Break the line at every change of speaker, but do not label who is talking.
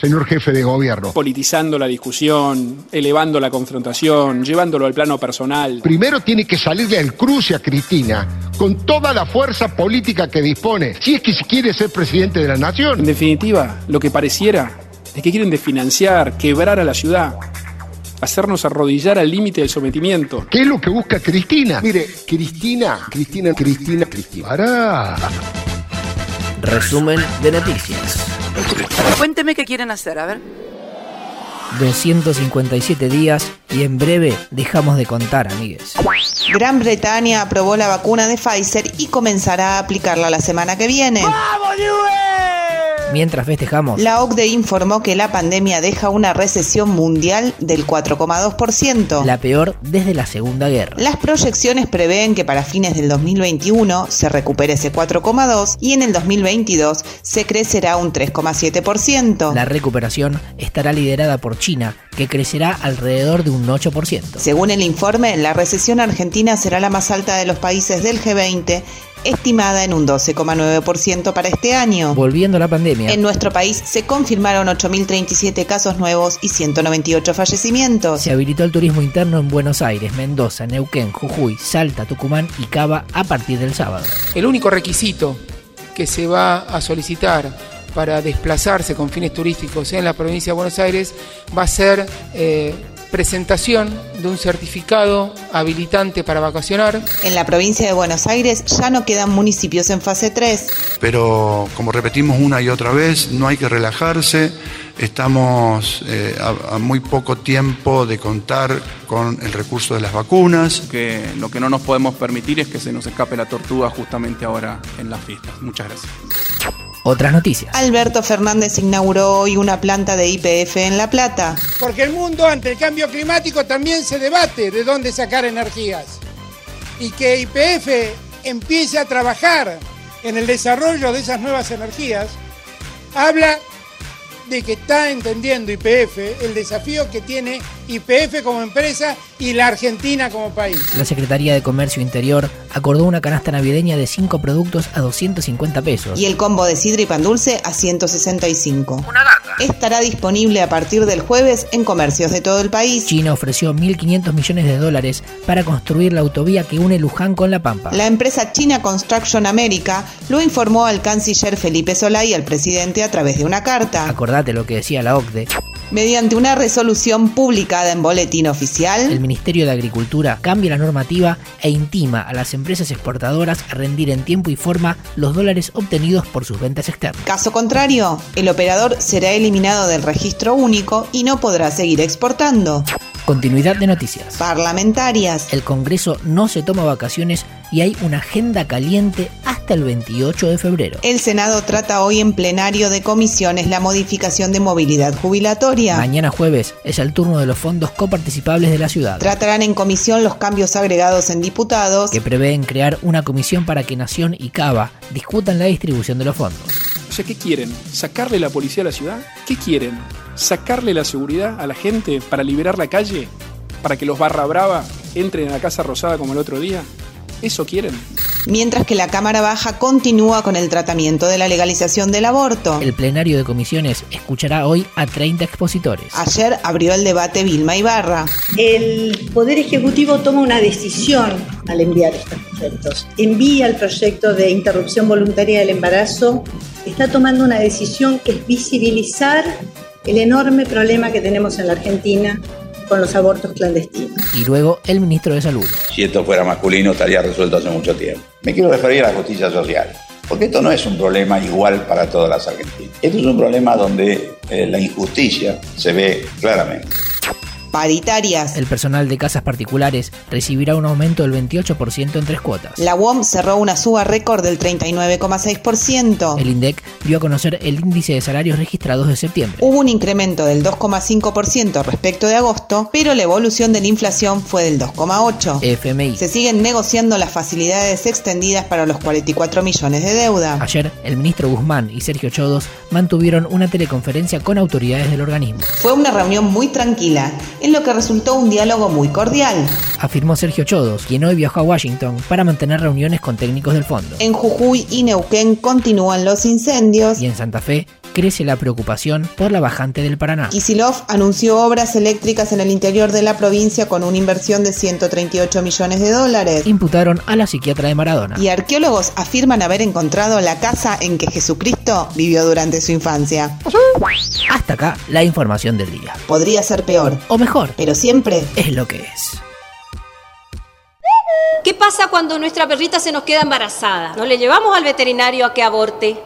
señor jefe de gobierno.
Politizando la discusión, elevando la confrontación, llevándolo al plano personal.
Primero tiene que salirle al cruce a Cristina con toda la fuerza política que dispone, si es que se quiere ser presidente de la nación.
En definitiva, lo que pareciera es que quieren desfinanciar, quebrar a la ciudad, hacernos arrodillar al límite del sometimiento.
¿Qué es lo que busca Cristina? Mire, Cristina, Cristina, Cristina, Cristina. Pará.
Resumen de noticias.
Cuénteme qué quieren hacer, a ver.
257 días y en breve dejamos de contar, amigues.
Gran Bretaña aprobó la vacuna de Pfizer y comenzará a aplicarla la semana que viene.
Mientras festejamos,
La OCDE informó que la pandemia deja una recesión mundial del 4,2%.
la peor desde la Segunda Guerra.
Las proyecciones prevén que para fines del 2021 se recupere ese 4,2 y en el 2022 se crecerá un 3,7%.
La recuperación estará liderada por China, que crecerá alrededor de un 8%.
Según el informe, la recesión argentina será la más alta de los países del G20, estimada en un 12,9% para este año.
Volviendo a la pandemia,
En nuestro país se confirmaron 8.037 casos nuevos y 198 fallecimientos.
se habilitó el turismo interno en Buenos Aires, Mendoza, Neuquén, Jujuy, Salta, Tucumán y Cava a partir del sábado.
El único requisito que se va a solicitar para desplazarse con fines turísticos en la provincia de Buenos Aires va a ser eh, presentación de un certificado habilitante para vacacionar.
En la provincia de Buenos Aires ya no quedan municipios en fase 3.
Pero como repetimos una y otra vez, no hay que relajarse. Estamos eh, a, a muy poco tiempo de contar con el recurso de las vacunas.
que lo que no nos podemos permitir es que se nos escape la tortuga justamente ahora en las fiestas. Muchas gracias.
Otras noticias.
Alberto Fernández inauguró hoy una planta de IPF en La Plata.
Porque el mundo ante el cambio climático también se debate de dónde sacar energías. Y que IPF empiece a trabajar en el desarrollo de esas nuevas energías, habla de que está entendiendo IPF el desafío que tiene IPF como empresa y la Argentina como país.
La Secretaría de Comercio Interior acordó una canasta navideña de 5 productos a 250 pesos.
Y el combo de sidra y pan dulce a 165.
Una ganga.
Estará disponible a partir del jueves en comercios de todo el país.
China ofreció 1.500 millones de dólares para construir la autovía que une Luján con La Pampa.
La empresa china Construction America lo informó al canciller Felipe Solá y al presidente a través de una carta.
Acordate lo que decía la OCDE.
Mediante una resolución publicada en Boletín
El
Oficial,
Ministerio de Agricultura cambia la normativa e intima a las empresas exportadoras a rendir en tiempo y forma los dólares obtenidos por sus ventas externas.
caso contrario, el operador será eliminado del registro único y no podrá seguir exportando.
Continuidad de noticias.
Parlamentarias.
El Congreso no se toma vacaciones y hay una agenda caliente hasta el 28 de febrero.
El Senado trata hoy en plenario de comisiones la modificación de movilidad jubilatoria.
Mañana jueves es el turno de los fondos coparticipables de la ciudad,
Tratarán en comisión los cambios agregados en diputados.
que prevén crear una comisión para que Nación y Cava discutan la distribución de los fondos.
O sea, ¿qué quieren? ¿Sacarle la policía a la ciudad? ¿Qué quieren? ¿Sacarle la seguridad a la gente para liberar la calle? ¿Para que los barra brava entren a la Casa Rosada como el otro día? ¿Eso quieren?
Mientras que la Cámara Baja continúa con el tratamiento de la legalización del aborto.
El plenario de comisiones escuchará hoy a 30 expositores.
Ayer abrió el debate Vilma Ibarra.
El Poder Ejecutivo toma una decisión al enviar estos proyectos. Envía el proyecto de interrupción voluntaria del embarazo. Está tomando una decisión que es visibilizar el enorme problema que tenemos en la Argentina con los abortos clandestinos.
Y luego el ministro de Salud.
Si esto fuera masculino estaría resuelto hace mucho tiempo. Me quiero referir a la justicia social, porque esto no es un problema igual para todas las argentinas. Esto es un problema donde eh, la injusticia se ve claramente.
Paritarias.
El personal de casas particulares recibirá un aumento del 28% en tres cuotas.
La UOM cerró una suba récord del 39,6%.
El INDEC dio a conocer el índice de salarios registrados de septiembre.
Hubo un incremento del 2,5% respecto de agosto, pero la evolución de la inflación fue del 2,8%.
FMI.
Se siguen negociando las facilidades extendidas para los 44 millones de deuda.
Ayer, el ministro Guzmán y Sergio Chodos mantuvieron una teleconferencia con autoridades del organismo.
Fue una reunión muy tranquila, en lo que resultó un diálogo muy cordial.
Afirmó Sergio Chodos, quien hoy viajó a Washington para mantener reuniones con técnicos del fondo.
En Jujuy y Neuquén continúan los incendios.
Y en Santa Fe crece la preocupación por la bajante del Paraná.
Kisilov anunció obras eléctricas en el interior de la provincia con una inversión de 138 millones de dólares.
Imputaron a la psiquiatra de Maradona.
Y arqueólogos afirman haber encontrado la casa en que Jesucristo vivió durante su infancia.
Hasta acá la información del día.
Podría ser peor.
O mejor.
Pero siempre
es lo que es.
¿Qué pasa cuando nuestra perrita se nos queda embarazada? ¿No le llevamos al veterinario a que aborte?